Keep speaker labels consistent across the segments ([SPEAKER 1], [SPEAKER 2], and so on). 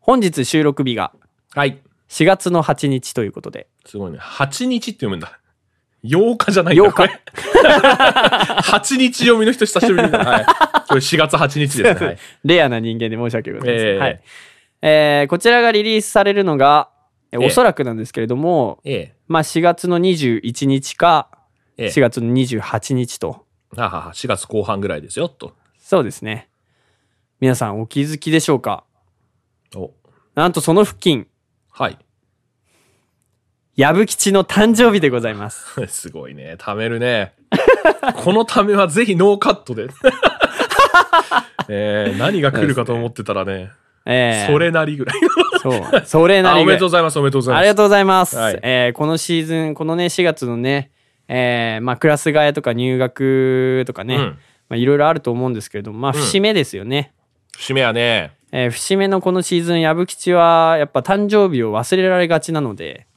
[SPEAKER 1] 本日収録日が
[SPEAKER 2] はい。
[SPEAKER 1] 4月の8日ということで、
[SPEAKER 2] すごいね。8日って読むんだ。8日じゃないんだ、
[SPEAKER 1] 8日
[SPEAKER 2] これ。8日読みの人久しぶ りだな。はい。これ4月8日ですね。はい、
[SPEAKER 1] レアな人間で申し訳ございません。
[SPEAKER 2] ええ
[SPEAKER 1] はいえーこちらがリリースされるのが、え
[SPEAKER 2] ええ
[SPEAKER 1] おそらくなんですけれども、
[SPEAKER 2] ええ。
[SPEAKER 1] まあ4月の21日か、
[SPEAKER 2] ええ
[SPEAKER 1] 4月の28日と、
[SPEAKER 2] ははは4月後半ぐらいですよ、と。
[SPEAKER 1] そうですね。皆さんお気づきでしょうか
[SPEAKER 2] お。
[SPEAKER 1] なんとその付近、
[SPEAKER 2] はい。
[SPEAKER 1] 矢吹吉の誕生日でございます。
[SPEAKER 2] すごいね。貯め るね。このためはぜひノーカットで。ええ何が来るかと思ってたらね、
[SPEAKER 1] ええ
[SPEAKER 2] それなりぐらい。
[SPEAKER 1] そう。それな
[SPEAKER 2] あ
[SPEAKER 1] り
[SPEAKER 2] お
[SPEAKER 1] ぐ
[SPEAKER 2] め
[SPEAKER 1] らい
[SPEAKER 2] でとうございます、おめでとうございます。
[SPEAKER 1] ありがとうございます。
[SPEAKER 2] はい
[SPEAKER 1] えーこのシーズン、このね、4月のね、えーまあ、クラス替えとか入学とかね、
[SPEAKER 2] うん
[SPEAKER 1] まあ、いろいろあると思うんですけれども、まあ、節目ですよね。
[SPEAKER 2] 節目はね、
[SPEAKER 1] えー節目のこのシーズン、矢吹吉は、やっぱ誕生日を忘れられがちなので、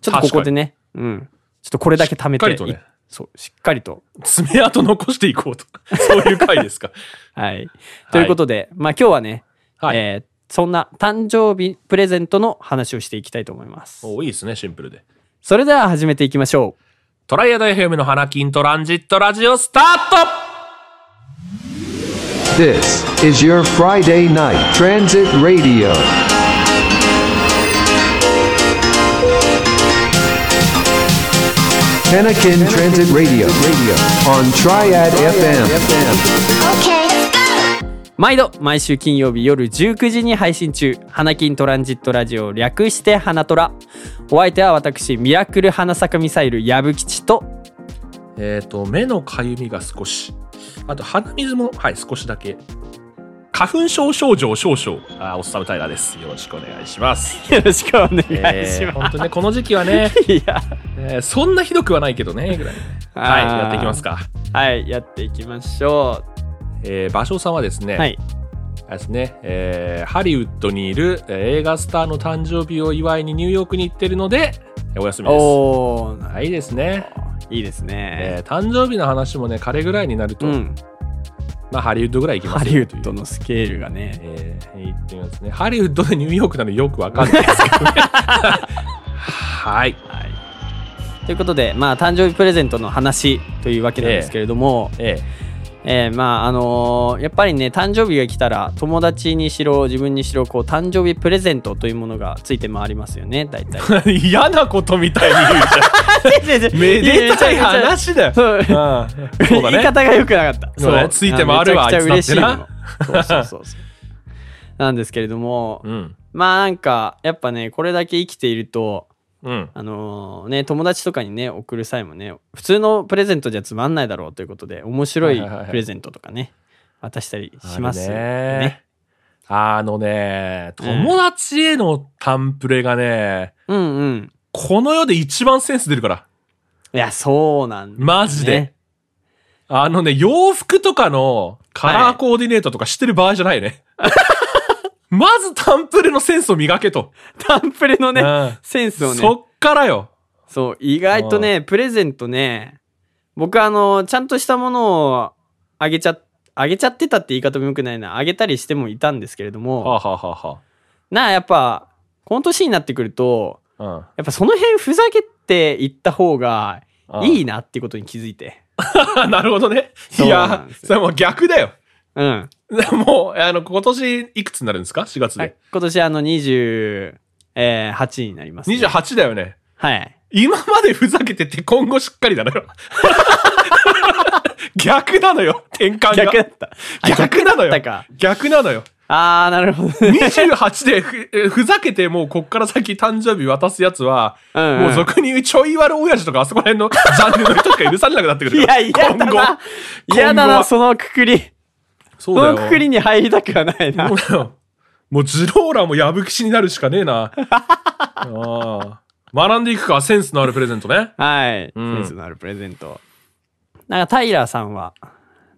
[SPEAKER 1] ちょっとここでね、うん。ちょっとこれだけ貯めて、
[SPEAKER 2] しっかりとね
[SPEAKER 1] いそう、しっかりと。
[SPEAKER 2] 爪痕残していこうと。そういう回 ですか。
[SPEAKER 1] はい。ということで、まあ、今日はね、
[SPEAKER 2] はい
[SPEAKER 1] えーそんな誕生日プレゼントの話をしていきたいと思います。
[SPEAKER 2] おいいですね、シンプルで。
[SPEAKER 1] それでは始めていきましょう。
[SPEAKER 2] トライアダイ FM の花金トランジットラジオスタート
[SPEAKER 3] This is your Friday night transit radio. Panakin Transit Radio on Triad FM.
[SPEAKER 1] 毎度毎週金曜日夜19時に配信中「花金トランジットラジオ」略して「花トラ」お相手は私ミラクル花咲かミサイル矢吹吉と
[SPEAKER 2] えっ、と、目のかゆみが少し。あと、鼻水も、はい、少しだけ。花粉症症状少々。あー、おっさむタイラーです。よろしくお願いします。
[SPEAKER 1] よろしくお願いし
[SPEAKER 2] えー、
[SPEAKER 1] ま
[SPEAKER 2] 本当にね、この時期 はね、
[SPEAKER 1] す、いや
[SPEAKER 2] えーそんなひどくはないけどね、ぐらいね。はい、
[SPEAKER 1] あー
[SPEAKER 2] やっていきますか。
[SPEAKER 1] はいやっていきましょ
[SPEAKER 2] えー、芭蕉さんはですね、
[SPEAKER 1] うはい
[SPEAKER 2] あれですね、えーハリウッドにいるえー映画スターの誕生日を祝いにニューヨークに行ってるので、えーお休みです。
[SPEAKER 1] おー
[SPEAKER 2] はいですね、
[SPEAKER 1] いいですね、
[SPEAKER 2] えー誕生日の話もね、彼ぐらいになると、
[SPEAKER 1] うん
[SPEAKER 2] まあハリウッドぐらい行き
[SPEAKER 1] ハ
[SPEAKER 2] ます
[SPEAKER 1] リウ
[SPEAKER 2] よとい
[SPEAKER 1] ッ
[SPEAKER 2] う
[SPEAKER 1] ド。のスケールがね
[SPEAKER 2] えー、行ってみますね。ハリウッドでニューヨークなのよくわかんないですけどね。 はい。
[SPEAKER 1] はいということでまあ誕生日プレゼントの話というわけなんですけれども、
[SPEAKER 2] え
[SPEAKER 1] えーまああのーやっぱりね誕生日が来たら友達にしろ自分にしろこう誕生日プレゼントというものがついて回りますよね大 体
[SPEAKER 2] ー嫌なことみたいに言 う
[SPEAKER 1] め
[SPEAKER 2] じゃん。めでたい話だ よ。
[SPEAKER 1] そう
[SPEAKER 2] うん、そうだ
[SPEAKER 1] 言い
[SPEAKER 2] ね。
[SPEAKER 1] 方が良くなかった
[SPEAKER 2] そうだねついて回るわ
[SPEAKER 1] あめちゃくちゃ嬉しいもの
[SPEAKER 2] あ
[SPEAKER 1] そうそうそうそうなんですけれども、
[SPEAKER 2] うん。
[SPEAKER 1] まあなんかやっぱねこれだけ生きていると
[SPEAKER 2] うん。
[SPEAKER 1] あのーね友達とかにね送る際もね普通のプレゼントじゃつまんないだろうということで面白い
[SPEAKER 2] はいはいはい
[SPEAKER 1] プレゼントとかね渡したりしますよ
[SPEAKER 2] あ
[SPEAKER 1] ね
[SPEAKER 2] れね。あのね、
[SPEAKER 1] うん
[SPEAKER 2] 友達へのタンプレがね、
[SPEAKER 1] うんうん
[SPEAKER 2] この世で一番センス出るから。
[SPEAKER 1] いや、そうなんだ、ね。
[SPEAKER 2] マジで。あのね、洋服とかのカラーコーディネートとかしてる場合じゃないよね。 まずタンプレのセンスを磨けと。
[SPEAKER 1] タンプレのね、
[SPEAKER 2] うん
[SPEAKER 1] センスをね。
[SPEAKER 2] そっからよ。
[SPEAKER 1] そう、意外とね、プレゼントね、僕あの、ちゃんとしたものをあげちゃ、あげちゃってたって言い方も良くないな。あげたりしてもいたんですけれど
[SPEAKER 2] は
[SPEAKER 1] も、
[SPEAKER 2] あ、はあはあは
[SPEAKER 1] なあ、やっぱ、この年になってくると、
[SPEAKER 2] あ、
[SPEAKER 1] やっぱその辺ふざけていった方が
[SPEAKER 2] うん。
[SPEAKER 1] いい
[SPEAKER 2] い。
[SPEAKER 1] なってことに気づいて。
[SPEAKER 2] なるほどね。い
[SPEAKER 1] そうな
[SPEAKER 2] や
[SPEAKER 1] んで、すよ
[SPEAKER 2] それもう逆だよ。
[SPEAKER 1] うん。
[SPEAKER 2] もう、あの、今年いくつになるんですか ?4 月
[SPEAKER 1] はい
[SPEAKER 2] で。
[SPEAKER 1] 今年あの28になります、ね。
[SPEAKER 2] 28だよね。
[SPEAKER 1] はい。
[SPEAKER 2] 今までふざけてて今後しっかり なのよ。逆なのよ。転換が。
[SPEAKER 1] 逆だった。あ逆
[SPEAKER 2] 逆なの
[SPEAKER 1] だった
[SPEAKER 2] よ
[SPEAKER 1] か。
[SPEAKER 2] 逆なのよ。
[SPEAKER 1] あー、なるほどね。
[SPEAKER 2] 28でふえふざけてもうこっから先誕生日渡すやつは、
[SPEAKER 1] うんうん
[SPEAKER 2] もう俗に言うちょい悪親父とかあそこら辺の ジャンルの人しか許されなくなってくる
[SPEAKER 1] い
[SPEAKER 2] よ
[SPEAKER 1] や、嫌だな。
[SPEAKER 2] 今後
[SPEAKER 1] 嫌だ
[SPEAKER 2] 今後
[SPEAKER 1] な、
[SPEAKER 2] は
[SPEAKER 1] そのくくり。
[SPEAKER 2] そ
[SPEAKER 1] そう
[SPEAKER 2] だ
[SPEAKER 1] の
[SPEAKER 2] よ
[SPEAKER 1] くく りに入りたくはないな
[SPEAKER 2] も。うよもうジローラもやぶきしになるしかねえ なああ学んでいくかセンスのあるプレゼントね
[SPEAKER 1] はい。
[SPEAKER 2] ん
[SPEAKER 1] センスのあるプレゼント。なんか、タイラーさんは、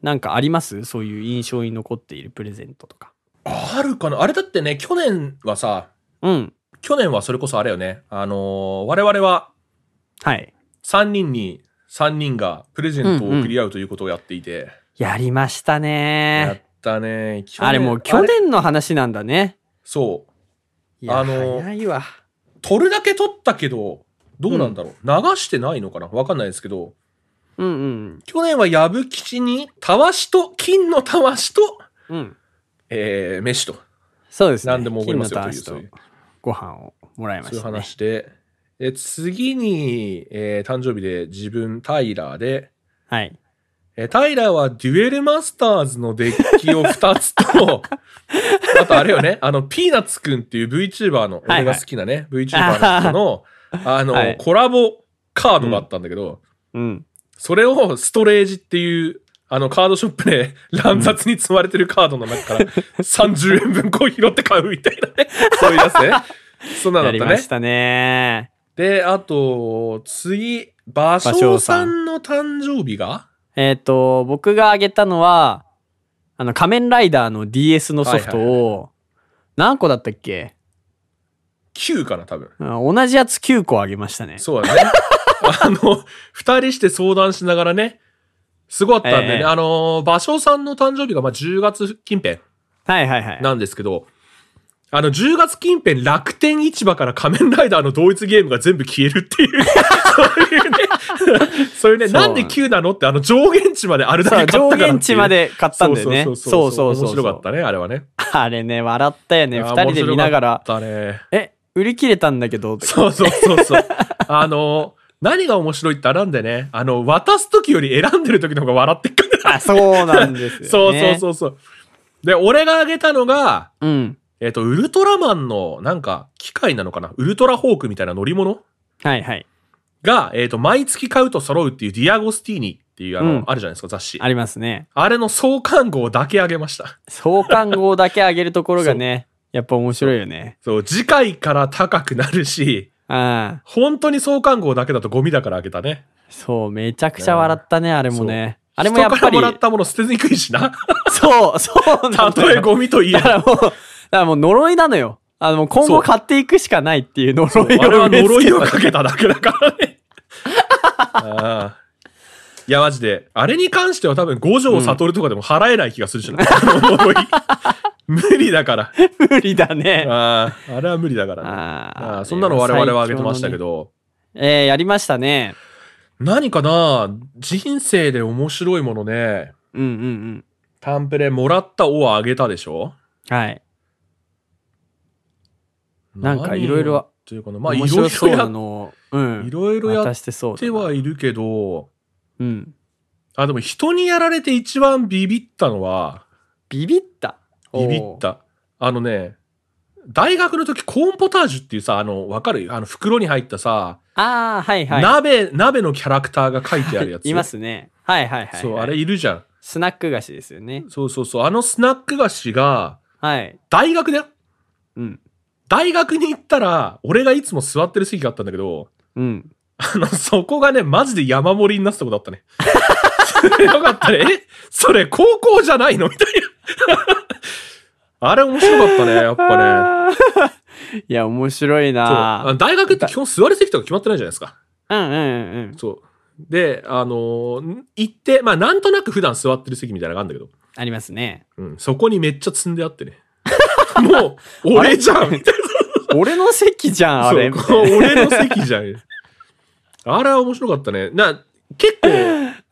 [SPEAKER 1] なんかありますそういう印象に残っているプレゼントとか。
[SPEAKER 2] あるかなあれだってね去年はさ
[SPEAKER 1] うん。
[SPEAKER 2] 去年はそれこそあれよねあのー我々は
[SPEAKER 1] はい。
[SPEAKER 2] 3人に3人がプレゼントを送り合うということをやっていて、
[SPEAKER 1] やりました
[SPEAKER 2] やっ
[SPEAKER 1] ね。
[SPEAKER 2] たね去年
[SPEAKER 1] あれもう去
[SPEAKER 2] あれ
[SPEAKER 1] 年の話なんだね。
[SPEAKER 2] そう
[SPEAKER 1] いや
[SPEAKER 2] あの
[SPEAKER 1] 早いわ
[SPEAKER 2] 取るだけ取ったけど、どうなんだろう、流してないのかなわかんないですけど、
[SPEAKER 1] うんうん
[SPEAKER 2] 去年は矢吹吉に、たわしと、金のたわしと、
[SPEAKER 1] うん
[SPEAKER 2] えー、飯と、
[SPEAKER 1] そうですね
[SPEAKER 2] 何でもおごりますよと
[SPEAKER 1] 金
[SPEAKER 2] いう
[SPEAKER 1] の
[SPEAKER 2] そう
[SPEAKER 1] 卵
[SPEAKER 2] いう
[SPEAKER 1] とご飯をもらいま
[SPEAKER 2] そうい
[SPEAKER 1] し
[SPEAKER 2] う
[SPEAKER 1] たね
[SPEAKER 2] 話で、え次に、えー誕生日で自分、タイラーで、
[SPEAKER 1] はい
[SPEAKER 2] えータイラーはデュエルマスターズのデッ キを2つと、あとあれよね、あの、ピーナッツくんっていう VTuber の、
[SPEAKER 1] はい
[SPEAKER 2] 俺が好きなね、VTuber の人の、あ の、
[SPEAKER 1] はい
[SPEAKER 2] コラボカードがあったんだけど、
[SPEAKER 1] うん
[SPEAKER 2] それをストレージっていう、あのカードショップで乱雑に積まれてるカードの中から30円分 こう拾って買うみたいなね。そういうやつね。そんなの
[SPEAKER 1] や
[SPEAKER 2] だっ
[SPEAKER 1] り
[SPEAKER 2] た
[SPEAKER 1] ま
[SPEAKER 2] ね
[SPEAKER 1] し。たね
[SPEAKER 2] で、あと、次、馬匠さんの誕生日が
[SPEAKER 1] えっ、と僕があげたのはあの仮面ライダーの DS のソフトを何個だったっけ、
[SPEAKER 2] 9かな、多分。
[SPEAKER 1] うん同じやつ9個あげましたね
[SPEAKER 2] そう だね。あの、二人して相談しながらね、すごかったんでね、
[SPEAKER 1] ええ
[SPEAKER 2] あの、馬匠さんの誕生日がまあ10月近辺
[SPEAKER 1] はいはいはい
[SPEAKER 2] なんですけど、あの、10月近辺楽天市場から仮面ライダーの同一ゲームが全部消えるっていう、 そういうね、そういうね、
[SPEAKER 1] そう
[SPEAKER 2] なんで9なのってあの上限値まであるだけ
[SPEAKER 1] そ
[SPEAKER 2] 買
[SPEAKER 1] う
[SPEAKER 2] っ
[SPEAKER 1] 上
[SPEAKER 2] たからっていう
[SPEAKER 1] 限値まで買ったんだよね
[SPEAKER 2] そう
[SPEAKER 1] そ
[SPEAKER 2] そうう
[SPEAKER 1] そ
[SPEAKER 2] そうう
[SPEAKER 1] そ
[SPEAKER 2] そうう。面白かったね、あれはね。
[SPEAKER 1] あれね笑ったよね
[SPEAKER 2] あ
[SPEAKER 1] 2人で見ながら
[SPEAKER 2] 面白かったね。
[SPEAKER 1] 「え売り切れたんだけど」とか
[SPEAKER 2] そうそうそうそう。 あの、何が面白いってあれなんでね、あの、渡す時より選んでる時の方が笑ってっくる。
[SPEAKER 1] あそうなんですよ、ね、
[SPEAKER 2] そうそうそうそう。で、俺があげたのが、
[SPEAKER 1] ううん
[SPEAKER 2] えっ、と、ウルトラマンの、なんか、機械なのかなウルトラホークみたいな乗り物
[SPEAKER 1] はいはい
[SPEAKER 2] が、えっ、と、毎月買うと揃うっていうディアゴスティーニっていう、あの、
[SPEAKER 1] うん
[SPEAKER 2] あるじゃないですか、雑誌。
[SPEAKER 1] ありますね
[SPEAKER 2] あれの創刊号だけあげました。
[SPEAKER 1] 相関号だけ上げるところがねやっぱ面白いよね
[SPEAKER 2] そう、次回から高くなるし、
[SPEAKER 1] ああ
[SPEAKER 2] 本当に創刊号だけだとゴミだからあげたね。
[SPEAKER 1] そうめちゃくちゃ笑ったねあれもねあれもや
[SPEAKER 2] 人
[SPEAKER 1] っ
[SPEAKER 2] か
[SPEAKER 1] ぱ
[SPEAKER 2] ら
[SPEAKER 1] り
[SPEAKER 2] もらったもの捨てにくい しな。
[SPEAKER 1] そうそうな
[SPEAKER 2] た
[SPEAKER 1] ん
[SPEAKER 2] と
[SPEAKER 1] だ
[SPEAKER 2] え
[SPEAKER 1] よ
[SPEAKER 2] ゴミといえ
[SPEAKER 1] だからも
[SPEAKER 2] ど。
[SPEAKER 1] うだからもう呪いなのよあのもう今
[SPEAKER 2] そ
[SPEAKER 1] 後
[SPEAKER 2] う
[SPEAKER 1] 買っていくしかないっていう呪
[SPEAKER 2] あ
[SPEAKER 1] い
[SPEAKER 2] れ
[SPEAKER 1] を
[SPEAKER 2] は
[SPEAKER 1] 植え
[SPEAKER 2] 呪
[SPEAKER 1] 付け
[SPEAKER 2] い
[SPEAKER 1] た
[SPEAKER 2] をかけただけだからね。ああいや、マジで。あれに関しては多分、五条悟とかでも払えない気がするじゃない、 呪い。無理 だから。
[SPEAKER 1] 無理だ ね
[SPEAKER 2] あああれは無理だから。あ
[SPEAKER 1] あ
[SPEAKER 2] あ
[SPEAKER 1] あ
[SPEAKER 2] そんなの我々はあげてましたけど、
[SPEAKER 1] えー、やりましたね。
[SPEAKER 2] 何かな人生で面白いものね。
[SPEAKER 1] うんうん
[SPEAKER 2] タンプレもらったをあげたでしょ
[SPEAKER 1] うん。はい。なんか
[SPEAKER 2] 何
[SPEAKER 1] いろいろ
[SPEAKER 2] というかな。まあ、いろ
[SPEAKER 1] 面
[SPEAKER 2] いろ
[SPEAKER 1] 白そうな
[SPEAKER 2] やっ
[SPEAKER 1] のを、うん。
[SPEAKER 2] いろいろやっ
[SPEAKER 1] 渡してそうだな。
[SPEAKER 2] てはいるけど、
[SPEAKER 1] うん。
[SPEAKER 2] あ、でも人にやられて一番ビビったのは、
[SPEAKER 1] ビビった。
[SPEAKER 2] ビビっ。た。あのね、大学の時コーンポタージュっていうさ、あの、わかるあの袋に入ったさ、
[SPEAKER 1] ああ、はいはい。
[SPEAKER 2] 鍋、鍋のキャラクターが書いてあるやつ。
[SPEAKER 1] いますね。はいはいはい、はい。
[SPEAKER 2] そう、あれいるじゃん。
[SPEAKER 1] スナック菓子ですよね。
[SPEAKER 2] そうそうそう。あのスナック菓子が、
[SPEAKER 1] はい。
[SPEAKER 2] 大学で、
[SPEAKER 1] うん。
[SPEAKER 2] 大学に行ったら、俺がいつも座ってる席があったんだけど、
[SPEAKER 1] うん。
[SPEAKER 2] あの、そこがね、マジで山盛りになってたことあったね。 それよかったね。えそれ高校じゃないのみたいな。 あれ面白かったね、やっぱね。
[SPEAKER 1] あー いや、面白い
[SPEAKER 2] そう
[SPEAKER 1] な
[SPEAKER 2] あの大学って基本座る席とか決まってないじゃないですか。
[SPEAKER 1] うんうんうん。
[SPEAKER 2] そう。で、あのーん行って、まあ、なんとなく普段座ってる席みたいなのがあるんだけど、
[SPEAKER 1] ありますね。
[SPEAKER 2] うん、そこにめっちゃ積んであってね。 も う、俺じゃんみたい
[SPEAKER 1] 俺の席じゃん、
[SPEAKER 2] な。
[SPEAKER 1] あ れ。
[SPEAKER 2] そうこう俺の席じゃん。あれは面白かったね。な、結 構、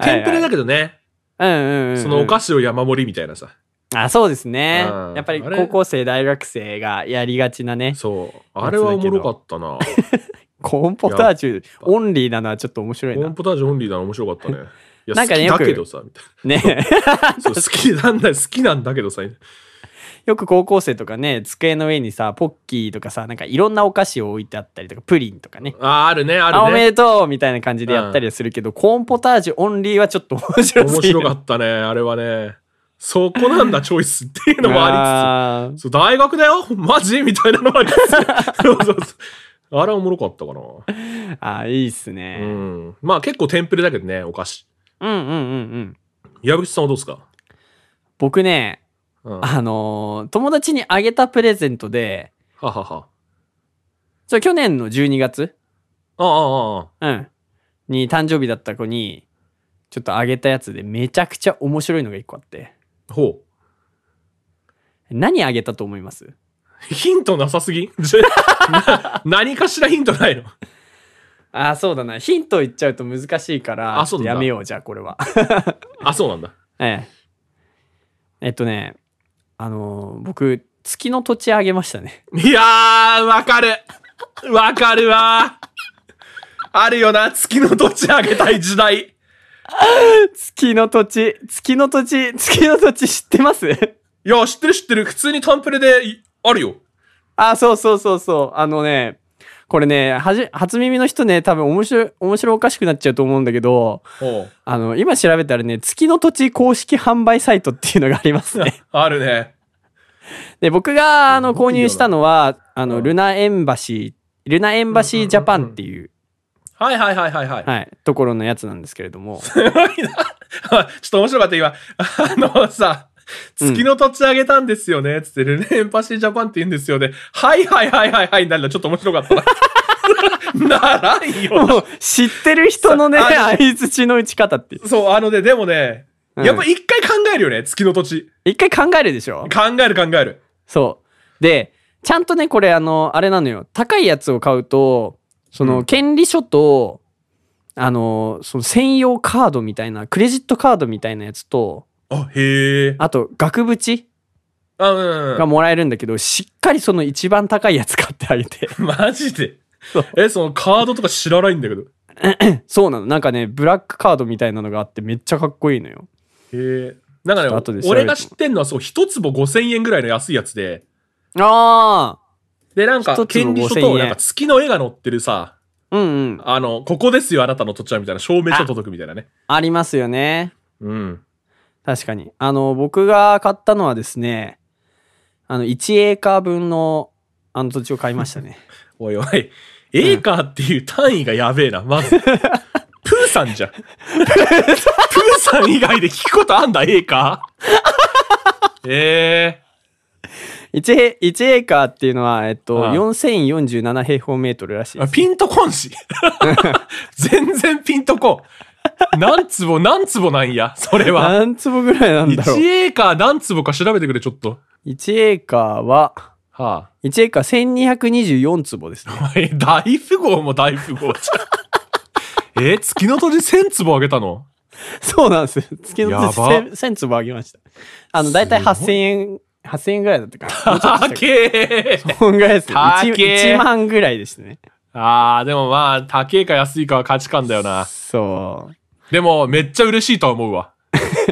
[SPEAKER 2] テンプレだけどね。
[SPEAKER 1] うんうんうん。
[SPEAKER 2] そのお菓子を山盛りみたいなさ。
[SPEAKER 1] あ、そうですね
[SPEAKER 2] うん。
[SPEAKER 1] やっぱり
[SPEAKER 2] あれ
[SPEAKER 1] 高校生、大学生がやりがちなね。
[SPEAKER 2] そう。あれはおもろかった な。
[SPEAKER 1] コーンポタージュオンリーなのはちょっと面白い
[SPEAKER 2] コーン
[SPEAKER 1] な。
[SPEAKER 2] ポタージュオンリーなの面白かったね。 いや、
[SPEAKER 1] なんかねよ
[SPEAKER 2] 好き
[SPEAKER 1] く
[SPEAKER 2] だけどさ、みたい
[SPEAKER 1] ね
[SPEAKER 2] な。そう、好きなんだよ、好きなんだけどさ、みたい
[SPEAKER 1] よく高校生とかね、机の上にさ、ポッキーとかさ、なんかいろんなお菓子を置いてあったりとか、プリンとかね。
[SPEAKER 2] なあー、あるね、
[SPEAKER 1] あ
[SPEAKER 2] あ
[SPEAKER 1] お
[SPEAKER 2] る
[SPEAKER 1] め
[SPEAKER 2] ね。
[SPEAKER 1] でとうみたいな感じでやったりはするけど、コーンポタージュオンリーはちょっと面白すぎる。
[SPEAKER 2] 面白かったね、あれはね。そこなん だ、チョイスっていうのもあ
[SPEAKER 1] あ
[SPEAKER 2] りつつ。そう、大学だよマジみたいなのも ありつつ。そうそうそう。あれはおもろかったかな。
[SPEAKER 1] ーあー、いいっす
[SPEAKER 2] う
[SPEAKER 1] ね。
[SPEAKER 2] ん。まあ結構テンプレだけどね、お菓子。
[SPEAKER 1] うん、うん、うんうん。
[SPEAKER 2] 矢口さんはどうですか
[SPEAKER 1] 僕ね、
[SPEAKER 2] うん。は
[SPEAKER 1] あのー友達にあげたプレゼントで、
[SPEAKER 2] はは。
[SPEAKER 1] それ去年の12月
[SPEAKER 2] ああ、ああ、あ
[SPEAKER 1] うん。に誕生日だった子に、ちょっとあげたやつでめちゃくちゃ面白いのが一個あって。
[SPEAKER 2] あ。ほう。
[SPEAKER 1] 何あげたと思います
[SPEAKER 2] ヒントなさすぎん な何かしらヒントないの
[SPEAKER 1] あーそうだなヒント言っちゃうと難しいから
[SPEAKER 2] あそうなんだ
[SPEAKER 1] やめようじゃあこれは
[SPEAKER 2] あ、そうなんだ。
[SPEAKER 1] えええっとねあのー僕月の土地あげましたね
[SPEAKER 2] いやー、わかる。わかるわあるよな、月の土地あげたい時代。
[SPEAKER 1] 月の土地月の土地月の土地知ってます
[SPEAKER 2] いや、知ってる知ってる。普通にタンプレでいあるよ。
[SPEAKER 1] あーそうそうそうそうあのねこれねはじ初耳の人ね多分面白い面白おかしくなっちゃうと思うんだけど
[SPEAKER 2] おう
[SPEAKER 1] あの今調べたらね月の土地公式販売サイトっていうのがあります ね
[SPEAKER 2] あるね。
[SPEAKER 1] で、僕が、あの、
[SPEAKER 2] す
[SPEAKER 1] 購
[SPEAKER 2] ごいよな
[SPEAKER 1] 入したのは、あ
[SPEAKER 2] う
[SPEAKER 1] の、
[SPEAKER 2] ん
[SPEAKER 1] ルナエンバシー、ルナエンバシージャパンっていう、
[SPEAKER 2] はいはいはいはい はい。
[SPEAKER 1] はい、ところのやつなんですけれども。
[SPEAKER 2] あちょっと面白かった、今。あのさ、月の土地あげたんですよね、つって、ルネエンパシージャパンって言うんですよね。はいはいはいはいはい、なんだ、ちょ っと面白かったな。ならんよ。
[SPEAKER 1] もう、知ってる人のね、
[SPEAKER 2] さあ
[SPEAKER 1] 相づちの打ち方っていう。
[SPEAKER 2] そう、あのね、でもね、
[SPEAKER 1] うん
[SPEAKER 2] やっぱ一回考えるよね、月の土地。
[SPEAKER 1] 一回考えるでしょ
[SPEAKER 2] 考える考える。
[SPEAKER 1] そう。で、ちゃんとね、これ、あの、あれなのよ。高いやつを買うと、その、
[SPEAKER 2] うん
[SPEAKER 1] 権利書と、あの、その専用カードみたいな、クレジットカードみたいなやつと、
[SPEAKER 2] あ、へえ。
[SPEAKER 1] あと、額縁
[SPEAKER 2] あ、うん
[SPEAKER 1] がもらえるんだけど、しっかりその一番高いやつ買ってあげて。
[SPEAKER 2] うん。 マジで
[SPEAKER 1] そう。
[SPEAKER 2] え、そのカードとか知らないんだけど。
[SPEAKER 1] そうなの。なんかね、ブラックカードみたいなのがあってめっちゃかっこいいのよ。
[SPEAKER 2] へえ。なんか
[SPEAKER 1] ちょ
[SPEAKER 2] ね
[SPEAKER 1] っと後で、調べて
[SPEAKER 2] 俺が知ってんのは、そう、一坪5000円ぐらいの安いやつで、
[SPEAKER 1] あ
[SPEAKER 2] で、なんか、
[SPEAKER 1] 一坪
[SPEAKER 2] 権利書
[SPEAKER 1] 5000円
[SPEAKER 2] と、なんか月の絵が載ってるさ、
[SPEAKER 1] あ、うんうん。
[SPEAKER 2] あの、ここですよ、あなたの土地は、みたいな、証明書届くみたいなね。
[SPEAKER 1] ありますよね。
[SPEAKER 2] うん。
[SPEAKER 1] 確かに。あの、僕が買ったのはですね、あの、1エーカー分の、あの土地を買いましたね。
[SPEAKER 2] おいおい。エーカーっていう単位がやべえな、まず。プーさんじゃん。プーさん以外で聞くことあんだ、エーカーえ
[SPEAKER 1] 1エ1エーカーっていうのは、えっと、
[SPEAKER 2] ああ
[SPEAKER 1] 4047平方メートルらしい
[SPEAKER 2] え
[SPEAKER 1] です。
[SPEAKER 2] ピンとこんし。全然ピンとこん。何坪、何坪なんや、それは。
[SPEAKER 1] 何坪ぐらいなんだろ
[SPEAKER 2] 1
[SPEAKER 1] う。
[SPEAKER 2] エーカー何坪か調べてくれ、ちょっと。
[SPEAKER 1] 1エーカーは、
[SPEAKER 2] は
[SPEAKER 1] 1エーカー1224坪ですね。
[SPEAKER 2] あ、お前大富豪も大富豪じゃん。え月の土地1000坪あげたの
[SPEAKER 1] そうなんですよ。月の
[SPEAKER 2] やば
[SPEAKER 1] 1000坪あげました。あの、だいたい8000円、8000円ぐらいだったかな。
[SPEAKER 2] 高え
[SPEAKER 1] こんぐらいですね。
[SPEAKER 2] 高え
[SPEAKER 1] 1, 万ぐらいですね。
[SPEAKER 2] ああ、でもまあ、高いか安いかは価値観だよな。
[SPEAKER 1] そう。
[SPEAKER 2] でも、めっちゃ嬉しいとは思うわ。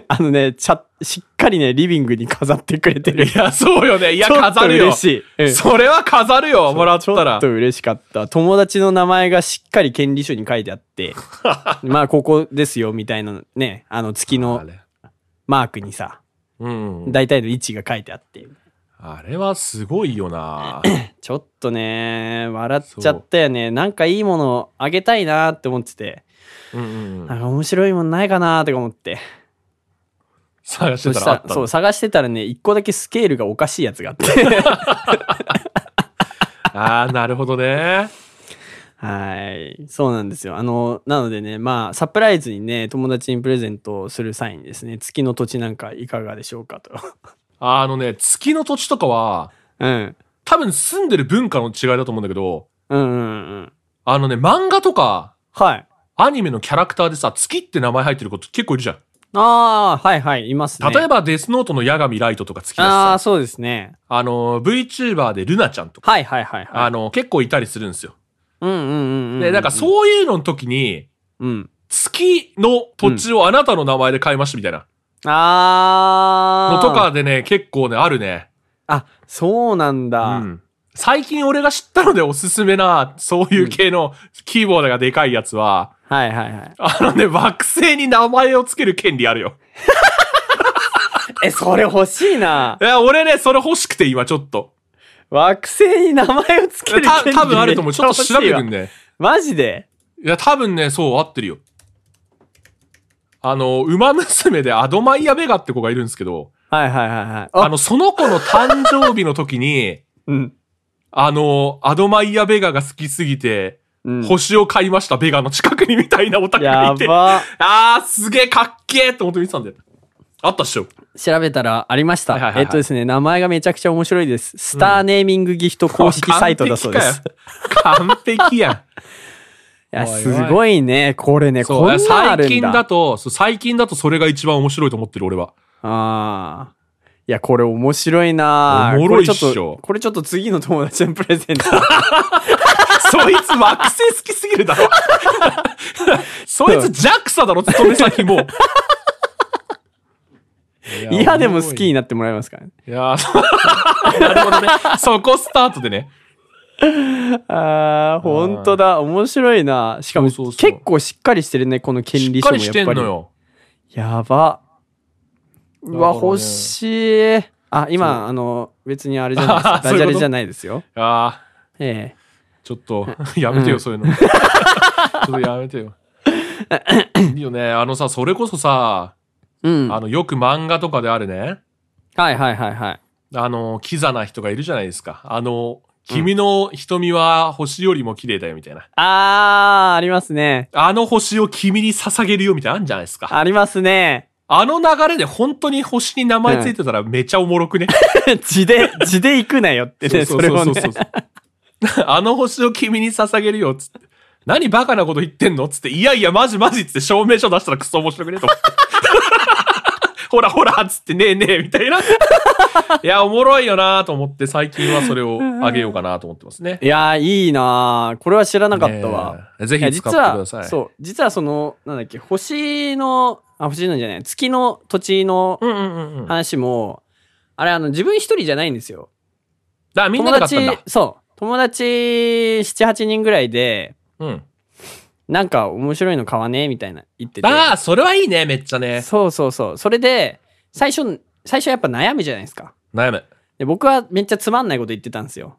[SPEAKER 1] あのね、ちゃ、しっかりね、リビングに飾ってくれてる。
[SPEAKER 2] いや、そうよね。いや、
[SPEAKER 1] ちょっと
[SPEAKER 2] 飾るよ。
[SPEAKER 1] 嬉しいうん
[SPEAKER 2] それは飾るよ、もらった
[SPEAKER 1] ちょ
[SPEAKER 2] ら
[SPEAKER 1] っと。嬉しかった。友達の名前がしっかり権利書に書いてあ って、まあ、ここですよ、みたいなね、あの、月の
[SPEAKER 2] あれ
[SPEAKER 1] マークにさ、
[SPEAKER 2] うん。
[SPEAKER 1] 大体の位置が書いてあって。
[SPEAKER 2] あれはすごい よな。
[SPEAKER 1] ちょっとね、笑っちゃったよね。なんかいいものあげたいなって思ってて、
[SPEAKER 2] うんうんう
[SPEAKER 1] なん
[SPEAKER 2] ん。
[SPEAKER 1] か面白いもんないかなとか思って。
[SPEAKER 2] 探して
[SPEAKER 1] そ
[SPEAKER 2] た
[SPEAKER 1] し
[SPEAKER 2] らあ
[SPEAKER 1] た
[SPEAKER 2] っ
[SPEAKER 1] ら、
[SPEAKER 2] た
[SPEAKER 1] そ
[SPEAKER 2] の
[SPEAKER 1] う、探してたらね、一個だけスケールがおかしいやつがあって。
[SPEAKER 2] ああ、なるほどね。
[SPEAKER 1] はい。そうなんですよ。あの、なのでね、まあ、サプライズにね、友達にプレゼントをする際にですね、月の土地なんかいかがでしょうかと。
[SPEAKER 2] あのね、月の土地とかは、
[SPEAKER 1] うん。
[SPEAKER 2] 多分住んでる文化の違いだと思うんだけど、
[SPEAKER 1] うんうんうん。
[SPEAKER 2] あのね、漫画とか、
[SPEAKER 1] はい。
[SPEAKER 2] アニメのキャラクターでさ、月って名前入ってること結構いるじゃん。
[SPEAKER 1] ああー、はいはい、いますね。
[SPEAKER 2] 例え
[SPEAKER 1] ば、
[SPEAKER 2] ば、デスノートの矢神ライトとか月だし
[SPEAKER 1] あ
[SPEAKER 2] さ
[SPEAKER 1] あ、、そうですね。
[SPEAKER 2] あの、VTuber でルナちゃんとか、
[SPEAKER 1] はいはいはいは
[SPEAKER 2] あ
[SPEAKER 1] い。
[SPEAKER 2] の、結構いたりするんですよ。
[SPEAKER 1] うんうんうんうん。
[SPEAKER 2] で、なんかそういうのの時に、
[SPEAKER 1] う。うん。
[SPEAKER 2] 月の土地をあなたの名前で買いましたみたいな
[SPEAKER 1] あ
[SPEAKER 2] の
[SPEAKER 1] あ。
[SPEAKER 2] とかでね、結構ね、あるね。
[SPEAKER 1] あ、そうなん
[SPEAKER 2] う
[SPEAKER 1] だ。
[SPEAKER 2] ん。最近俺が知ったのでおすすめな、そういう系のキーボードがでかいやつは、
[SPEAKER 1] はいはいはい。
[SPEAKER 2] あのね、惑星に名前をつける権利あるよ。
[SPEAKER 1] え、それ欲しいな。
[SPEAKER 2] いや、俺ね、それ欲しくて今ちょっと。
[SPEAKER 1] 惑星に名前をつける 権利
[SPEAKER 2] た多分あると思う。ちょっと調べてくん
[SPEAKER 1] ね。
[SPEAKER 2] ね。
[SPEAKER 1] マジで
[SPEAKER 2] いや、多分ね、そう、合ってるよ。あの、馬娘でアドマイヤ・ベガって子がいるんですけど、
[SPEAKER 1] はいはいはいはい。
[SPEAKER 2] あの、その子の誕生日の時に、
[SPEAKER 1] うん。
[SPEAKER 2] あの、アドマイヤ・ベガが好きすぎて、
[SPEAKER 1] うん
[SPEAKER 2] 星を買いました、 ベガの近くにみたいなオタクが
[SPEAKER 1] や
[SPEAKER 2] いて。
[SPEAKER 1] ば。
[SPEAKER 2] あー、すげえかっけーって思って見てたんだよ。あったっしょ。
[SPEAKER 1] 調べたらありました。
[SPEAKER 2] はいはいはいは
[SPEAKER 1] え
[SPEAKER 2] い
[SPEAKER 1] っとですね、名前がめちゃくちゃ面白いです。スターネーミングギフト公式サイトだそうです。
[SPEAKER 2] 完璧かよ。完璧やん。
[SPEAKER 1] いや、すごいね。これね、こん
[SPEAKER 2] そう。
[SPEAKER 1] なんあるん
[SPEAKER 2] 最近
[SPEAKER 1] だ。
[SPEAKER 2] だと、そう最近だとそれが一番面白いと思ってる、俺は。
[SPEAKER 1] ああ。いや、これ面白いな
[SPEAKER 2] おもろいっし
[SPEAKER 1] これ
[SPEAKER 2] ょ
[SPEAKER 1] ちょっと、これちょっと次の友達のプレ ゼント。
[SPEAKER 2] そいつ惑星好きすぎるだろ。 そいつ JAXA だろ、勤め先も。
[SPEAKER 1] いや、でも好きになってもらえますからね。
[SPEAKER 2] いやー なるほどね。そこスタートでね。
[SPEAKER 1] ああ、本当だ。面白いなしかも、
[SPEAKER 2] そうそうそう
[SPEAKER 1] 結構しっかりしてるね、この権
[SPEAKER 2] し
[SPEAKER 1] 利
[SPEAKER 2] っ
[SPEAKER 1] 書
[SPEAKER 2] か
[SPEAKER 1] も
[SPEAKER 2] りし
[SPEAKER 1] や
[SPEAKER 2] て
[SPEAKER 1] っ
[SPEAKER 2] ん
[SPEAKER 1] ぱ
[SPEAKER 2] の
[SPEAKER 1] り。
[SPEAKER 2] よ。
[SPEAKER 1] やば。う
[SPEAKER 2] だ
[SPEAKER 1] わ、
[SPEAKER 2] からね
[SPEAKER 1] 欲しい。あ、今、あの、別にあれじゃないですよ
[SPEAKER 2] あ。ー そう
[SPEAKER 1] ダジャ
[SPEAKER 2] いうこと
[SPEAKER 1] レじゃないですよ。
[SPEAKER 2] ああ、
[SPEAKER 1] え
[SPEAKER 2] ちょっ と、やめてよ、そういうの。ちょっとやめてよ。いいよね。あのさ、それこそさ、
[SPEAKER 1] えうん。
[SPEAKER 2] あ
[SPEAKER 1] はい
[SPEAKER 2] の、よく漫画とかであるね。
[SPEAKER 1] はいはいはい。
[SPEAKER 2] あの、キザな人がいるじゃないですか。あの、君の瞳は星よりも綺麗だよ、みたいな。
[SPEAKER 1] あー、ありますね。
[SPEAKER 2] あの星を君に捧げるよ、みたいなのあるんじゃないですか。
[SPEAKER 1] ありますね。
[SPEAKER 2] あの流れで本当に星に名前ついてたらめちゃおもろくね。
[SPEAKER 1] 地で、地で行くなよ って ね、それをね。
[SPEAKER 2] う。あの星を君に捧げるよ、つって。何バカなこと言ってんのつって、いやいや、マジマジっつって証明書出したらクソ面白くねえ と思って。ほらほらっつってねえねえ、みたい な。いや、おもろいよなと思って、最近はそれをあげようかなと思ってますね。
[SPEAKER 1] いやー、いいなーこれは知らなかったわ。
[SPEAKER 2] ねえぜ
[SPEAKER 1] いや
[SPEAKER 2] ひ使
[SPEAKER 1] 実
[SPEAKER 2] ってくださ。
[SPEAKER 1] はいそう実はそのなんだっけ星のあ星のじゃない月の土地の
[SPEAKER 2] うんうんうんうん。だか
[SPEAKER 1] 話も、あれあの自分一人じゃないんですよ
[SPEAKER 2] らみんなで買ったんだ
[SPEAKER 1] 友。達そう友達78人ぐらいで
[SPEAKER 2] うん。
[SPEAKER 1] なんか面白いの買わねえみたいな言ってて
[SPEAKER 2] ああ、それはいいね、めっちゃね。
[SPEAKER 1] そうそうそうそれで最初最初やっぱ悩むじゃないですか
[SPEAKER 2] 悩む。
[SPEAKER 1] で僕はめっちゃつまんないこと言ってたんですよ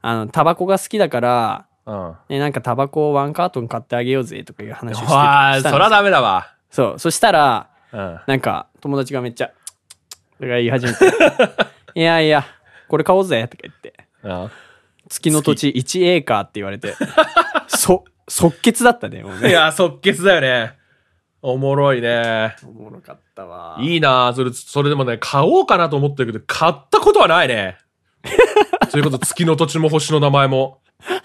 [SPEAKER 1] あのタバコが好きだから、
[SPEAKER 2] うん。
[SPEAKER 1] ね、なんかタバコをワンカートン買ってあげようぜとかいう話をして
[SPEAKER 2] わ
[SPEAKER 1] た
[SPEAKER 2] あ、
[SPEAKER 1] したんです
[SPEAKER 2] そらダメだわ。
[SPEAKER 1] そうそしたら
[SPEAKER 2] うん。
[SPEAKER 1] なんか友達がめっちゃ、とか言い始め て、いやいや、これ買おうぜとか言って、
[SPEAKER 2] うん
[SPEAKER 1] 月の土地1エーカーって言われて、 そ、即決だったね、もう
[SPEAKER 2] い
[SPEAKER 1] ね。
[SPEAKER 2] や、即決だよね。おもろいね。
[SPEAKER 1] おもろかったわ。
[SPEAKER 2] いいなそれ、それでもね、買おうかなと思ってるけど、買ったことはない ね。それこそ月の土地も星の名前も。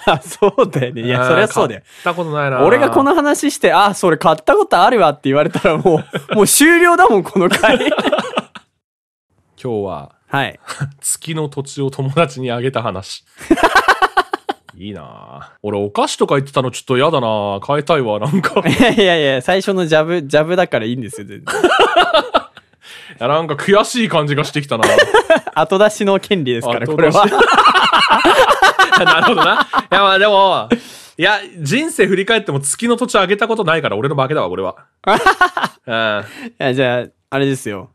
[SPEAKER 1] あそうだよね。いや、
[SPEAKER 2] ん
[SPEAKER 1] そりゃそうだよ
[SPEAKER 2] 買。ったことないな
[SPEAKER 1] 俺がこの話して、あ、それ買ったことあるわって言われたらも う、もう終了だもん、この回。
[SPEAKER 2] 今日は、
[SPEAKER 1] はい。
[SPEAKER 2] 月の土地を友達にあげた 話。いいな俺、お菓子とか言ってたのちょっと嫌だな買いたいわ、なんか。い
[SPEAKER 1] いやいやいや、最初のジャブ、ジャブだからいいんですよ、全然。
[SPEAKER 2] やなんか悔しい感じがしてきたな
[SPEAKER 1] 後出しの権利ですから、これは
[SPEAKER 2] 後。 なるほどな。いや、まあでも、いや、人生振り返っても月の土地あげたことないから俺の負けだ わ、俺は。うん。
[SPEAKER 1] いや、じゃあ、あれですよ。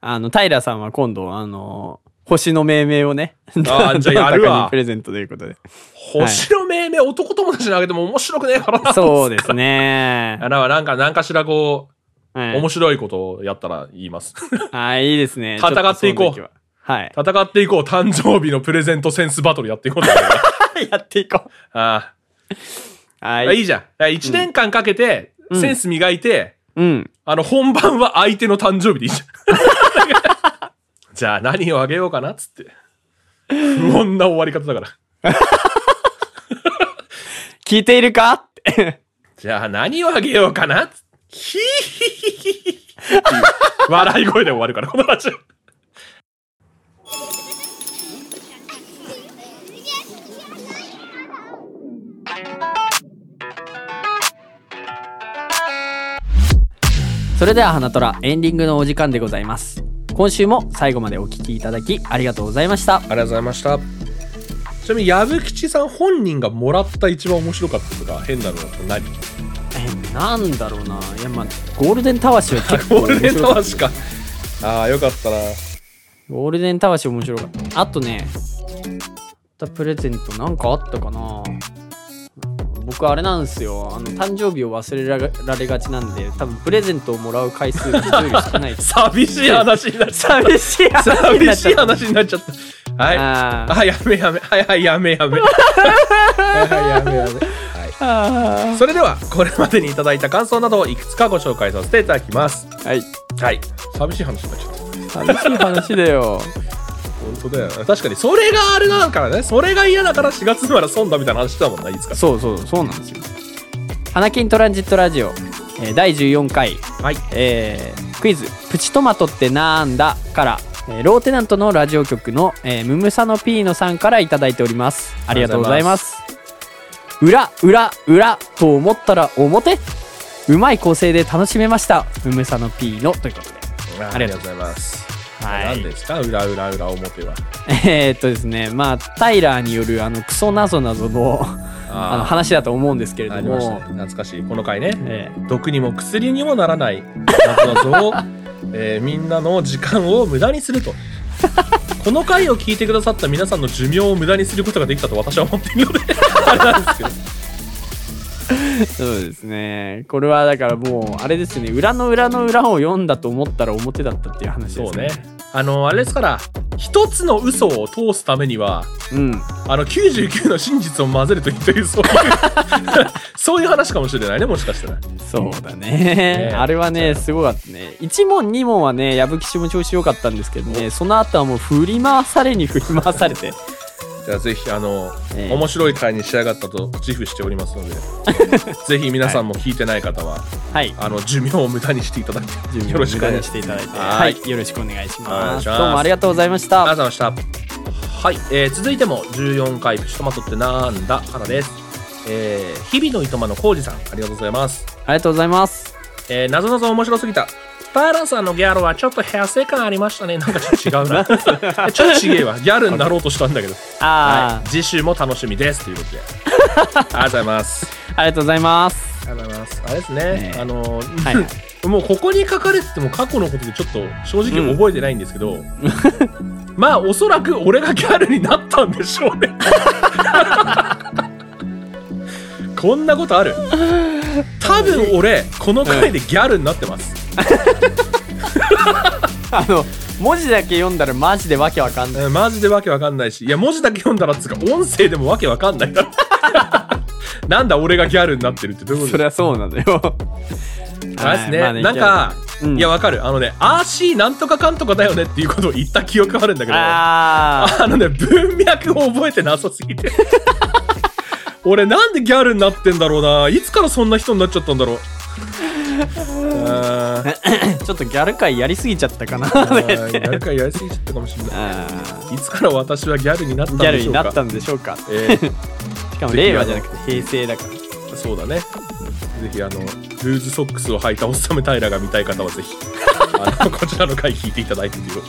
[SPEAKER 1] あの、平さんは今度、あの星の命名をね。
[SPEAKER 2] あーじゃあや
[SPEAKER 1] どなた
[SPEAKER 2] るわ
[SPEAKER 1] かにプレゼントということで。
[SPEAKER 2] 星の命名、男友達にあげても面白くねえからな。
[SPEAKER 1] そうです ね
[SPEAKER 2] あ。ら、なんか、なんかしらこう、
[SPEAKER 1] はい
[SPEAKER 2] 面白いことをやったら言います。
[SPEAKER 1] はい、いいですね。
[SPEAKER 2] 戦っていこう
[SPEAKER 1] ちょっとその時ははい。
[SPEAKER 2] 戦っていこう。誕生日のプレゼントセンスバトルやっていこうだからね
[SPEAKER 1] やっていこ
[SPEAKER 2] あ
[SPEAKER 1] う。は
[SPEAKER 2] あ、い
[SPEAKER 1] い。
[SPEAKER 2] いじゃん。1年間かけて、
[SPEAKER 1] ん
[SPEAKER 2] センス磨いて、
[SPEAKER 1] うん。
[SPEAKER 2] あの、本番は相手の誕生日でいいじゃん。じゃあ、何をあげようかなっつって。不穏な終わり方だから。
[SPEAKER 1] 聞いているかって。
[SPEAKER 2] じゃあ、何をあげようかなっつってひーひーひーひーひーっていう笑い声で終わるから、この話。
[SPEAKER 1] それでは、花虎、エンディングのお時間でございます。今週も最後までお聞きいただき、ありがとうございました。
[SPEAKER 2] ありがとうございました。ちなみに、矢吉さん本人がもらった一番面白かったとか、変なのだと何
[SPEAKER 1] え、なんだろうな。いや、まあ、ゴールデンタワシは結構
[SPEAKER 2] ゴー
[SPEAKER 1] 面
[SPEAKER 2] ルデン
[SPEAKER 1] 白かっ
[SPEAKER 2] タ
[SPEAKER 1] た
[SPEAKER 2] ワーしか。ああ、よかったな。。
[SPEAKER 1] ゴールデンタワシ面白かった。あとね、あったプレゼントなんかあったかな僕あれなんですよ。あの、誕生日を忘れられられがちなんで、多分プレゼントをもらう回数が人より少ない
[SPEAKER 2] 寂しい話になっちゃっ
[SPEAKER 1] 寂しい
[SPEAKER 2] た。
[SPEAKER 1] 話にな
[SPEAKER 2] 寂
[SPEAKER 1] っ
[SPEAKER 2] し
[SPEAKER 1] ちゃ
[SPEAKER 2] い
[SPEAKER 1] った。
[SPEAKER 2] 話になっちゃった。はい。
[SPEAKER 1] あー
[SPEAKER 2] あ、やめやめ。はいはい、やめやめ。はいはい、やめやめ。はい。それでは、これまでにいただいた感想などをいくつかご紹介させていただきます。
[SPEAKER 1] はい
[SPEAKER 2] はい。寂しい話になっちゃった。
[SPEAKER 1] 寂しい話だよ
[SPEAKER 2] 本当だよな。確かに、それがあれだからね。それが嫌だから4月なら損だみたいな話だもんな、いつか。
[SPEAKER 1] そうそうそうなんですよ花金トランジットラジオ、えー第14回
[SPEAKER 2] はい。
[SPEAKER 1] えークイズ「プチトマトってなんだ?」から、えーローテナントのラジオ局の、えームムサノピーノさんから頂いただいておりますありがとうございます裏裏裏と思ったら表うまい構成で楽しめましたムムサノピーノということで
[SPEAKER 2] ありがとうございます。
[SPEAKER 1] はい
[SPEAKER 2] 何ですか裏裏裏表は。
[SPEAKER 1] えーっとですねまあタイラーによるあのクソなぞなぞのあの
[SPEAKER 2] あ
[SPEAKER 1] 話だと思うんですけれ
[SPEAKER 2] ー
[SPEAKER 1] ど
[SPEAKER 2] ありました
[SPEAKER 1] も
[SPEAKER 2] ね。、懐かしい。この回ね。
[SPEAKER 1] えー
[SPEAKER 2] 毒にも薬にもならない謎々を、 えーみんなの時間を無駄にするとこの回を聞いてくださった皆さんの寿命を無駄にすることができたと私は思っている のであれなんですけど
[SPEAKER 1] そうですねこれはだからもうあれですね裏の裏の裏を読んだと思ったら表だったっていう話で
[SPEAKER 2] そう
[SPEAKER 1] す
[SPEAKER 2] ねあのあれですから一つの嘘を通すためには
[SPEAKER 1] うん
[SPEAKER 2] あの99の真実を混ぜるといいというそういう そういう話かもしれないねもしかしたら
[SPEAKER 1] そうだね
[SPEAKER 2] ね。
[SPEAKER 1] あれはね、すごかったね。1問、2問はね、矢吹市も調子良かったんですけどね、その後はもう振り回されに振り回さ れて。
[SPEAKER 2] じゃあぜひあの、
[SPEAKER 1] ええ
[SPEAKER 2] 面白い回に仕上がったと自負しておりますので ぜひ皆さんも聞いてない方は、
[SPEAKER 1] はい。
[SPEAKER 2] あの寿命を無駄にしていただい
[SPEAKER 1] 準
[SPEAKER 2] て
[SPEAKER 1] 備
[SPEAKER 2] よろしくお願いします
[SPEAKER 1] していただいて。は
[SPEAKER 2] はい
[SPEAKER 1] い。よろしくお願いし
[SPEAKER 2] お願
[SPEAKER 1] ま
[SPEAKER 2] い
[SPEAKER 1] す。
[SPEAKER 2] し
[SPEAKER 1] ど
[SPEAKER 2] ま
[SPEAKER 1] う
[SPEAKER 2] す
[SPEAKER 1] もありがとうございまし
[SPEAKER 2] あ
[SPEAKER 1] た。
[SPEAKER 2] りがとうございました。はい、えー続いても14回プチトマトってなんだからです。えー日々のいとまのコウジさん、ありがとうございます。
[SPEAKER 1] ありがとうございます。
[SPEAKER 2] えー、なぞなぞ面白すぎた。ターランさんのギャルはちょっとヘア性感ありましたね。なんかちょっと違う な。ちょっと違えわ。ギャルになろうとしたんだけど。は
[SPEAKER 1] あ
[SPEAKER 2] い、次週も楽しみです。ということで。ありがとうございます。
[SPEAKER 1] あ、ありがとうございます。
[SPEAKER 2] ありがとうございます。あれですね。
[SPEAKER 1] え
[SPEAKER 2] あのー
[SPEAKER 1] はいはい
[SPEAKER 2] もうここに書かれてても過去のことでちょっと正直覚えてないんです けど、まあおそらく俺がギャルになったんでし ょうね。こんなことある多分俺この回でギャルになってます、
[SPEAKER 1] あの、文字だけ読んだらマジでわけわかんない。
[SPEAKER 2] うんマジでわけわかんないしいや文字だけ読んだらっつうか音声でもわけわかんないから なんだ俺がギャルになってるってどういうこと
[SPEAKER 1] そりゃそうなんだよ。
[SPEAKER 2] あれですね,、
[SPEAKER 1] はいまあ
[SPEAKER 2] なんか、
[SPEAKER 1] うん
[SPEAKER 2] いやわかるあのねあーしーなんとかかんとかだよねっていうことを言った記憶あるんだけどあ
[SPEAKER 1] ああ。
[SPEAKER 2] のね文脈を覚えてなさ すぎて俺なんでギャルになってんだろうないつからそんな人になっちゃったんだろうあー
[SPEAKER 1] ちょっとギャル界やりすぎちゃった かな。
[SPEAKER 2] あーギャルかやりすぎちゃったかもしれな
[SPEAKER 1] あー
[SPEAKER 2] いいつから私はギャルになったん
[SPEAKER 1] ギャ
[SPEAKER 2] で
[SPEAKER 1] ル
[SPEAKER 2] しょ
[SPEAKER 1] に
[SPEAKER 2] うか
[SPEAKER 1] なったんでしょうか。
[SPEAKER 2] えー
[SPEAKER 1] しかも令和じゃなくて平成だから。
[SPEAKER 2] そうだね。ぜひあのルーズソックスを履いたおっさめ平が見たい方はぜひあのこちらの回聞いていただいてということ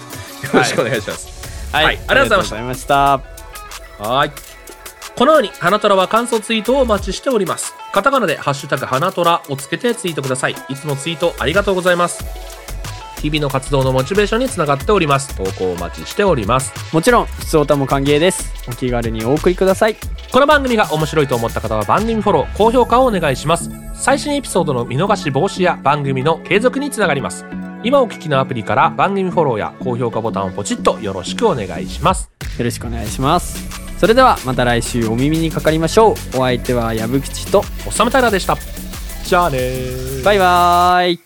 [SPEAKER 2] でよろしくお願いします。はいありがとうござ
[SPEAKER 1] いました。
[SPEAKER 2] はい。このように、花虎は感想ツイートをお待ちしております。カタカナで、ハッシュタグ、花虎をつけてツイートください。いつもツイートありがとうございます。日々の活動のモチベーションにつながっております。投稿お待ちしております。
[SPEAKER 1] もちろん、普通歌も歓迎です。お気軽にお送りください。
[SPEAKER 2] この番組が面白いと思った方は番組フォロー、高評価をお願いします。最新エピソードの見逃し防止や番組の継続につながります。今お聞きのアプリから番組フォローや高評価ボタンをポチッとよろしくお願いします。
[SPEAKER 1] よろしくお願いします。それでは、また来週お耳にかかりましょう。お相手は矢吹と、
[SPEAKER 2] おっさむたらでした。じゃあねー。
[SPEAKER 1] バイバーイ。